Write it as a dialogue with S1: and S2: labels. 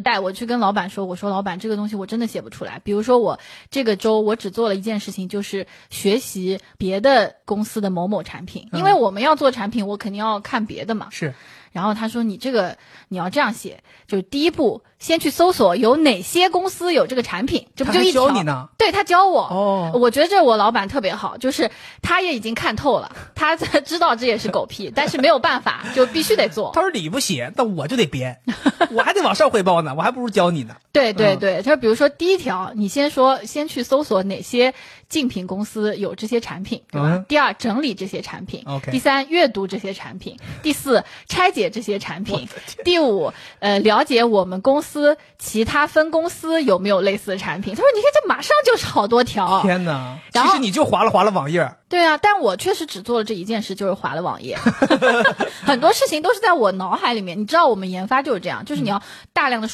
S1: 带我去跟老板说，我说老板，这个东西我真的写不出来。比如说我这个周我只做了一件事情，就是学习别的公司的某某产品，因
S2: 嗯
S1: 为我们要做产品，我肯定要看别的嘛。
S2: 是，
S1: 然后他说你这个你要这样写，就是第一步先去搜索有哪些公司有这个产品，这不就一
S2: 他还
S1: 条
S2: 教你呢？
S1: 对他教我。
S2: 哦
S1: 我觉得这我老板特别好，就是他也已经看透了，他 知道这也是狗屁，但是没有办法，就必须得做。
S2: 他说你不写，那我就 得编，我还得往上汇报呢，我还不如教你呢。
S1: 对对
S2: 嗯
S1: 对，他说比如说第一条，你先说先去搜索哪些竞品公司有这些产品，对吧？
S2: 嗯
S1: 第二，整理这些产品
S2: OK
S1: 第三，阅读这些产品；第四，拆解这些产
S2: 我
S1: 品
S2: 的；
S1: 第五，呃，了解我们公司其他分公司有没有类似的产品。他说：“你看，这马上就是好多条。”
S2: 天哪！其
S1: 哦然后
S2: 实你就划了划了网页，
S1: 对啊，但我确实只做了这一件事，就是划了网页。
S2: 嗯
S1: 很多事情都是在我脑海里面。你知道，我们研发就是这样，就是你要大量的